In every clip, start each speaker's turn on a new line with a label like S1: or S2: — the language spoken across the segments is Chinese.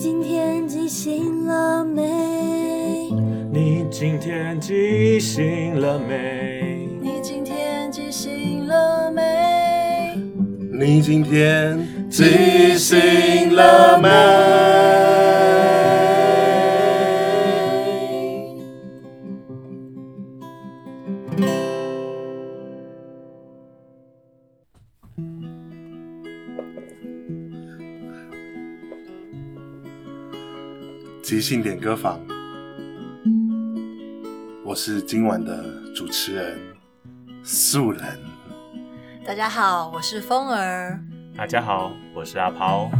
S1: 今天记醒了没？
S2: 你今天记醒了没？
S1: 你今天记醒了没？
S3: 你今天
S2: 记醒了
S3: 没？即兴点歌房，我是今晚的主持人素人。
S1: 大家好，我是风儿。
S2: 大家好，我是阿抛。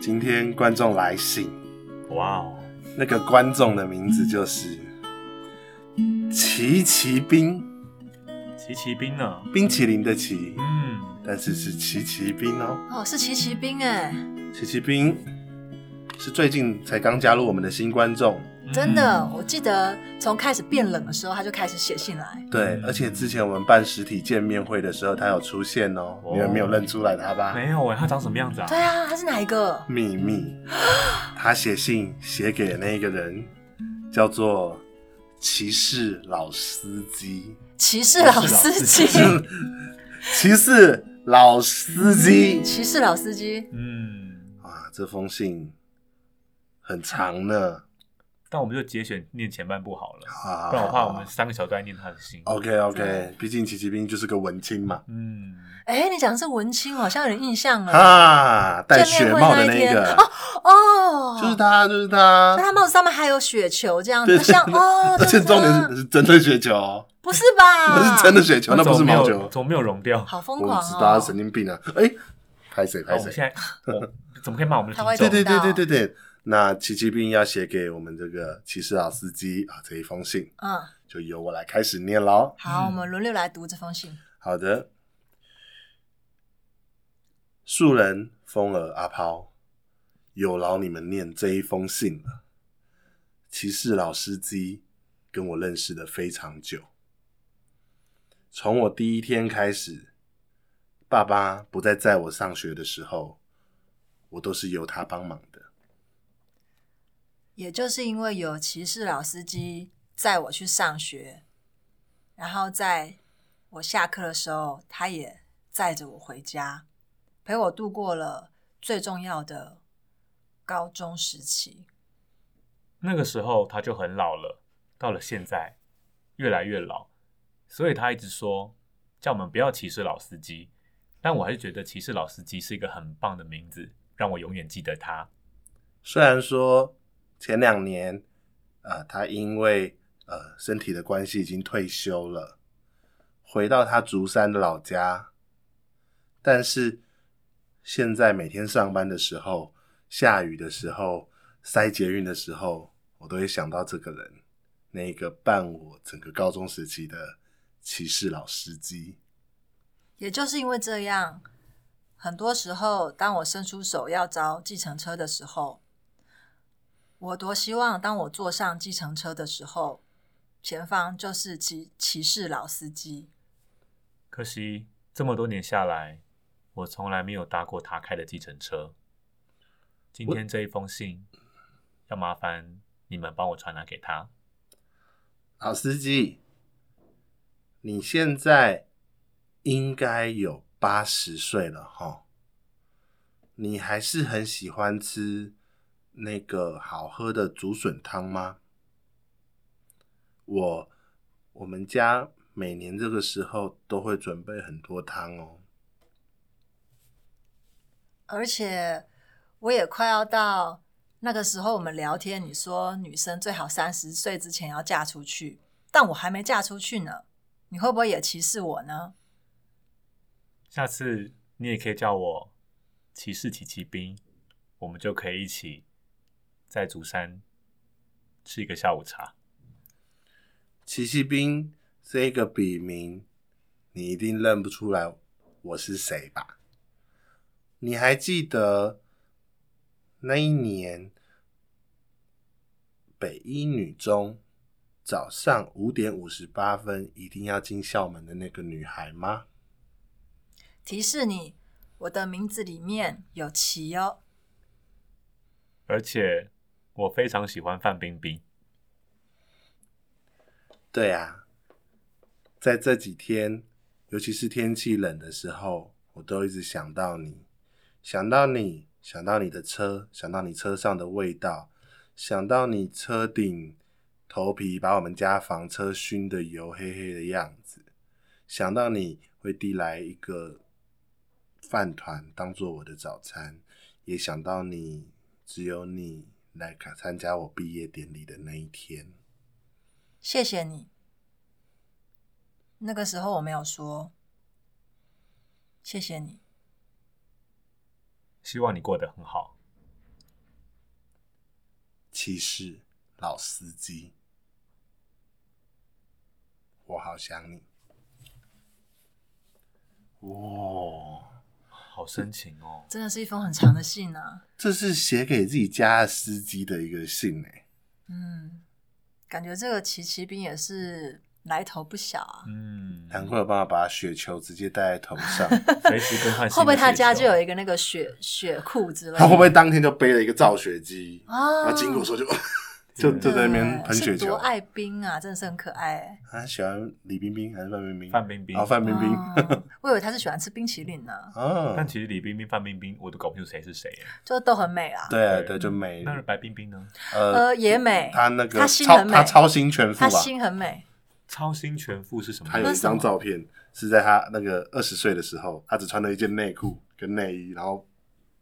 S3: 今天观众来信，
S2: 哇哦，
S3: 那个观众的名字就是奇奇冰，
S2: 奇奇兵呢？
S3: 冰淇淋的奇，
S2: 嗯，
S3: 但是是奇奇冰哦。
S1: 哦，是奇奇兵哎，
S3: 奇奇冰是最近才刚加入我们的新观众，
S2: 嗯
S1: 真的，我记得从开始变冷的时候，他就开始写信来。
S3: 对，而且之前我们办实体见面会的时候，他有出现哦，
S2: 哦
S3: 你们没有认出来他吧？
S2: 没有哎，他长什么样子啊？
S1: 对啊，他是哪一个？
S3: 秘密，他写信写给那个人，叫做骑士老司机。
S1: 骑士老司机。
S3: 骑士老司机
S1: 骑士老司机，
S2: 嗯，
S3: 啊，这封信很长呢
S2: 但我们就节选念前半部好了，
S3: 啊，
S2: 不然我怕我们三个小时都在念他的信。
S3: OK OK，毕竟奇奇兵就是个文青嘛，
S2: 嗯，
S1: 哎，你讲的是文青，我好像有点印象了。
S3: 啊，戴雪帽的
S1: 嗯见面会
S3: 那
S1: 那一
S3: 个
S1: 天哦，
S3: 就是。他，就是他
S1: 那，他帽子上面还有雪球这样
S3: 对
S1: 子，像哦，
S3: 而且
S1: 对
S3: 重点
S1: 对
S3: 是是真的雪球哦，
S1: 不是吧？
S3: 那是真的，雪球，那不是
S2: 怎么没
S3: 毛
S2: 有
S3: 球。
S2: 怎么没有融掉？
S1: 好疯
S3: 我
S1: 狂
S3: 知道他
S1: 哦！
S3: 神经病啊！哎，拍谁
S2: 哦
S3: 拍
S2: 我们
S3: 谁？
S2: 现在我怎么可以骂我们的
S1: 他会
S2: 听
S3: 对
S1: 懂
S2: 众？
S3: 对对对对对，那奇奇兵要写给我们这个骑士老司机啊这一封信，
S1: 嗯，
S3: 就由我来开始念喽。
S1: 好，
S2: 嗯
S1: 我们轮流来读这封信。
S3: 好的，树人、风儿、阿抛，有劳你们念这一封信了。骑士老司机跟我认识的非常久，从我第一天开始，爸爸不再载我上学的时候，我都是由他帮忙的。
S1: 也就是因为有骑士老司机载我去上学，然后在我下课的时候，他也载着我回家，陪我度过了最重要的高中时期。
S2: 那个时候他就很老了，到了现在越来越老，所以他一直说叫我们不要歧视老司机，但我还是觉得歧视老司机是一个很棒的名字，让我永远记得他。
S3: 虽然说前两年，呃，他因为呃身体的关系已经退休了，回到他竹山的老家，但是现在每天上班的时候、下雨的时候、塞捷运的时候，我都会想到这个人，那个伴我整个高中时期的骑士老司机。
S1: 也就是因为这样，很多时候当我伸出手要找计程车的时候，我多希望当我坐上计程车的时候，前方就是骑骑士老司机。
S2: 可惜这么多年下来，我从来没有搭过他开的计程车。今天这一封信，要麻烦你们帮我传达给他。
S3: 老司机，你现在应该有八十岁了哈，你还是很喜欢吃那个好喝的竹笋汤吗？我我们家每年这个时候都会准备很多汤哦。
S1: 而且我也快要到那个时候，我们聊天，你说女生最好三十岁之前要嫁出去，但我还没嫁出去呢，你会不会也歧视我呢？
S2: 下次你也可以叫我骑士骑骑兵，我们就可以一起在竹山吃一个下午茶。
S3: 奇奇兵这个笔名，你一定认不出来我是谁吧？你还记得那一年北一女中早上五点五十八分一定要进校门的那个女孩吗？
S1: 提示你，我的名字里面有“骑”哦，
S2: 而且我非常喜欢范冰冰。
S3: 对啊，在这几天，尤其是天气冷的时候，我都一直想到你，想到你，想到你的车，想到你车上的味道，想到你车顶头皮把我们家房车熏得油黑黑的样子，想到你会递来一个饭团当做我的早餐，也想到你，只有你来卡参加我毕业典礼的那一天。
S1: 谢谢你。那个时候我没有说，谢谢你。
S2: 希望你过得很好。
S3: 骑士老司机，我好想你。哇、
S2: 好深情 哦，
S1: 真的是一封很长的信啊，
S3: 这是写给自己家的司机的一个信哎、
S1: 嗯，感觉这个骑骑兵也是来头不小啊。
S2: 嗯，
S3: 难怪我爸爸把雪球直接戴在 头上，
S2: 随时更换新的雪球。
S1: 会不会他家就有一个那个雪雪裤之类的？
S3: 他会不会当天就背了一个造雪机，
S1: 啊？
S3: 然后经过的时候就
S2: 哦
S3: 就就在那边喷雪
S1: 是
S3: 球
S1: 多？爱冰啊，真的是很可爱欸。
S3: 他喜欢李冰冰还是范冰冰？
S2: 范冰冰
S3: 啊，范冰冰
S1: 哦我以为他是喜欢吃冰淇淋呢，
S3: 啊，
S2: 但其实李冰冰、范冰冰，我都搞不清楚谁是谁耶。
S1: 就是都很美啦。
S3: 对啊
S2: 对
S3: 对，就美
S2: 那白冰冰呢？
S3: 呃，
S1: 呃，也美，
S3: 他那个
S1: 他心
S3: 超
S1: 很美
S3: 他超星全富
S1: 他
S3: 吧？
S1: 心很美。
S2: 超星全副是什么
S3: 他？有一
S1: 那什
S3: 张
S1: 么
S3: 照片是在他那个二十岁的时候，他只穿了一件内裤跟内衣，然后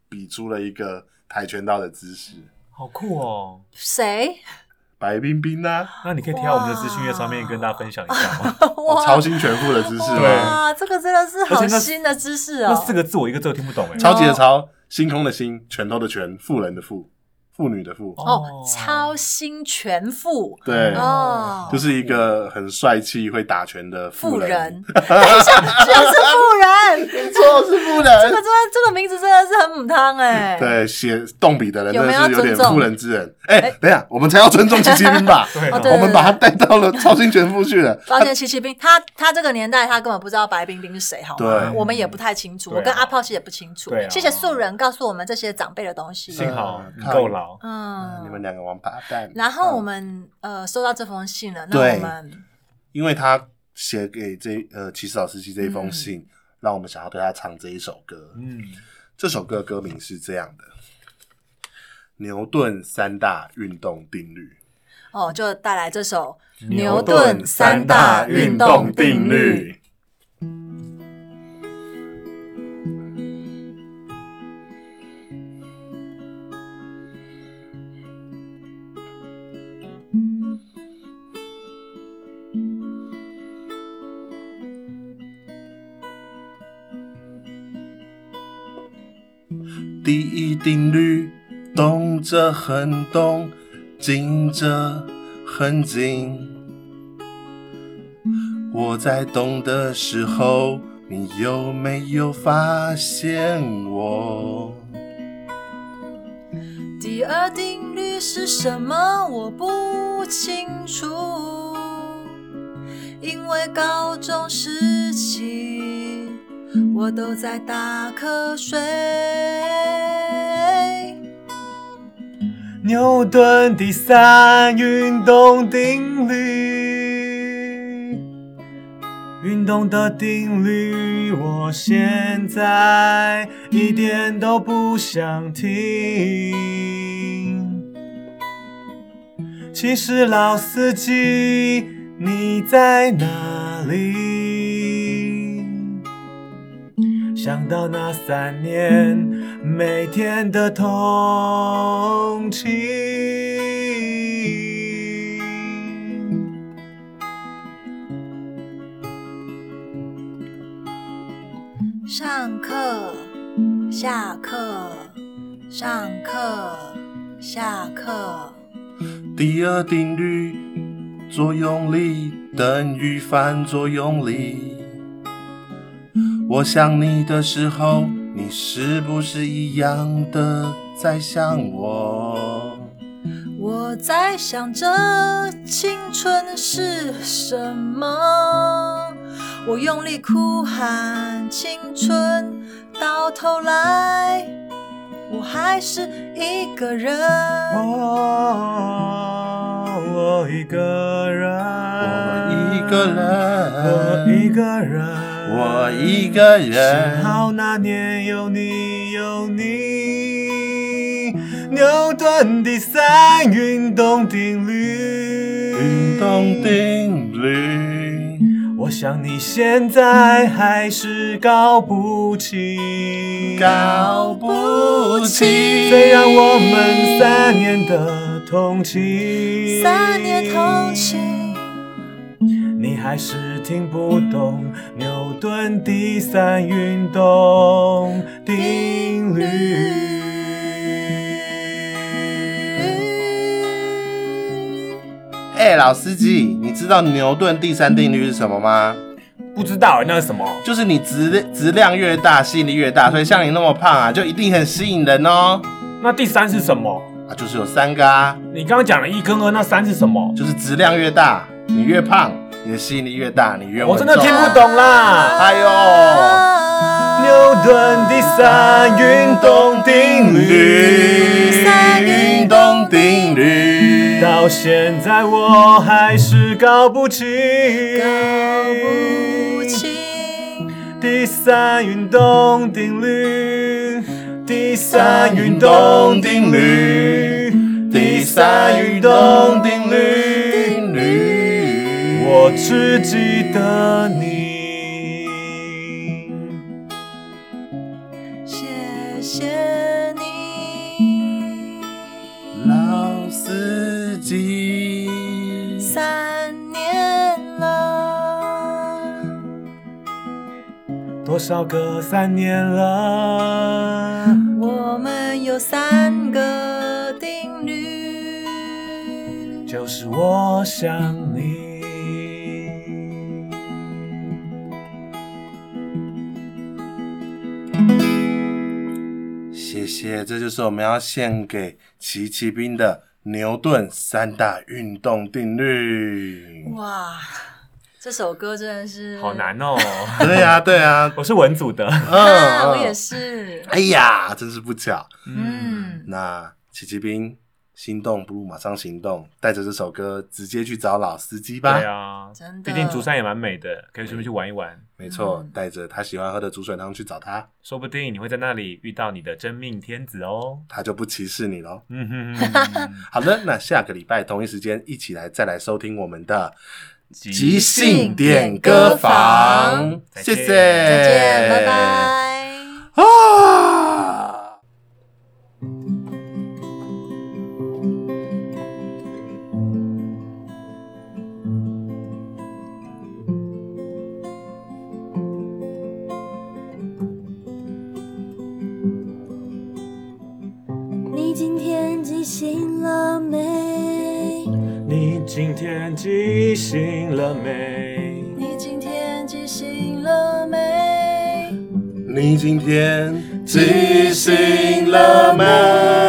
S3: 比出了一个跆拳道的姿势。
S2: 好酷哦！
S1: 谁？
S3: 白冰冰呢、啊，
S2: 那你可以贴在我们的资讯页上面跟大家分享一下吗？
S3: 哦超星全副的姿势吗？
S1: 哇，这个真的是好
S2: 而且那
S1: 新的知识
S2: 那
S1: 哦。
S2: 四个字我一个字都听不懂哎。
S3: 超级的超，星空的星，拳头的拳，富人的富，妇女的妇，
S1: 哦，超新全富
S3: 对，
S1: 哦，
S3: 就是一
S2: 嗯
S3: 个很帅气会打拳的
S1: 富
S3: 人。
S1: 人。等一下，居然是富人，
S3: 没错，是富
S1: 这个
S3: 人。
S1: 真的这个名字真的是很母汤哎。
S3: 哎对，写动笔的人
S1: 有
S3: 真
S1: 没
S3: 的
S1: 有
S3: 是有点
S1: 要尊重
S3: 妇人之仁。哎，等一下，我们才要尊重齐齐兵吧？
S2: 对
S1: 哦对
S2: 哦，
S3: 我们把他带到了超星全副去了。
S1: 抱歉，七七兵，他他这个年代他根本不知道白冰冰是谁，好吗？
S3: 对
S1: 我们也不太清楚，
S2: 对啊
S1: 我跟阿炮其实也不清楚
S2: 对啊。
S1: 谢谢素人告诉我们这些长辈的东西。
S2: 幸好
S3: 嗯
S2: 你够老，
S1: 嗯，
S3: 你们两个王八蛋。
S1: 然后我
S3: 嗯
S1: 们呃收到这封信了，那
S3: 对
S1: 我们
S3: 因为他写给这呃骑士老司机这一
S1: 嗯
S3: 封信，让我们想要对他唱这一首歌。
S2: 嗯，
S3: 这首歌歌名是这样的：牛顿三大运动定律。
S1: 哦就带来这首《
S2: 牛
S1: 牛
S2: 顿
S1: 顿
S2: 三
S1: 三
S2: 大
S1: 大
S2: 运
S1: 运
S2: 动
S1: 动
S2: 定
S1: 定
S2: 律
S1: 律》。
S3: 第一定律，动着很动，静着很静。我在动的时候，你有没有发现我？
S1: 第二定律是什么？我不清楚，因为高中时期我都在打瞌睡。
S2: 牛顿第三运动定律，运动的定律，我现在一点都不想听。其实老司机，你在哪里？想到那三年每天的通勤，
S1: 上课，下课，上课，下课。
S3: 第二定律，作用力等于反作用力。我想你的时候，你是不是一样的在想我？
S1: 我在想着青春是什么，我用力哭喊青春，到头来我还还是一个人。
S2: 哦我我一个人，
S3: 我一个
S2: 我一
S3: 人，
S2: 个人，
S3: 我一个人
S2: 幸，好那年有你，有你。牛顿第三运动定律，
S3: 运动定律
S2: 我想你现在还是搞不清，
S3: 搞不清。
S2: 虽然我们三年的同情，
S1: 三年同，情，
S2: 你还是听不懂牛顿第三运动定律。
S3: 哎、老司机，你知道牛顿第三定律是什么吗？
S2: 不知道、那是什么？
S3: 就是你质质量越大，吸引力越大，所以像你那么胖啊，就一定很吸引人哦。
S2: 那第三是什么？
S3: 啊，就是有三个啊，
S2: 你刚刚讲了一跟二，那三是什么？
S3: 就是质量越大，你越胖，你的吸引力越大，你越稳
S2: 我真的
S3: 重
S2: 听不懂啦。
S3: 哎呦，
S2: 牛顿第三运动定律。
S1: 三
S3: 运动定律，
S2: 到现在我还是搞不清，
S1: 搞不清，
S2: 第三运动定律，第三运动定律，
S3: 第三运动定律，定律，
S2: 我只记得你。
S1: 谢谢你，
S3: 老司机，
S1: 三年了。
S2: 多少个三年了，
S1: 我们有三个定律。
S2: 就是我想你。
S3: 谢谢，这就是我们要献给奇奇兵的牛顿三大运动定律。
S1: 哇，这首歌真的是
S2: 好、难 哦，
S3: 对呀、对呀、
S2: 我是文组的。
S1: 啊！
S3: 嗯，
S1: 我也。是，
S3: 哎呀，真是不巧。
S1: 嗯，
S3: 那奇奇兵心动不如马上行动，带着这首歌直接去找老司机吧。
S2: 对啊，
S1: 真的
S2: 毕竟竹山也蛮美的，可以顺便去玩一玩，
S3: 没错
S1: 嗯，
S3: 带着他喜欢喝的竹笋汤去找他，
S2: 说不定你会在那里遇到你的真命天 子哦。
S3: 他就不歧视你喽。
S2: 嗯哼哼，
S3: 好的，那下个礼拜同一时间一起来再来收听我们的
S2: 即
S1: 兴点歌房
S2: 再
S3: 谢
S2: 见
S3: 谢，
S1: 再见，拜拜。
S3: 啊。
S4: 你今天记醒了没？
S2: 你今天即兴了没？
S1: 你今天记醒了没？
S3: 你今天即兴了没？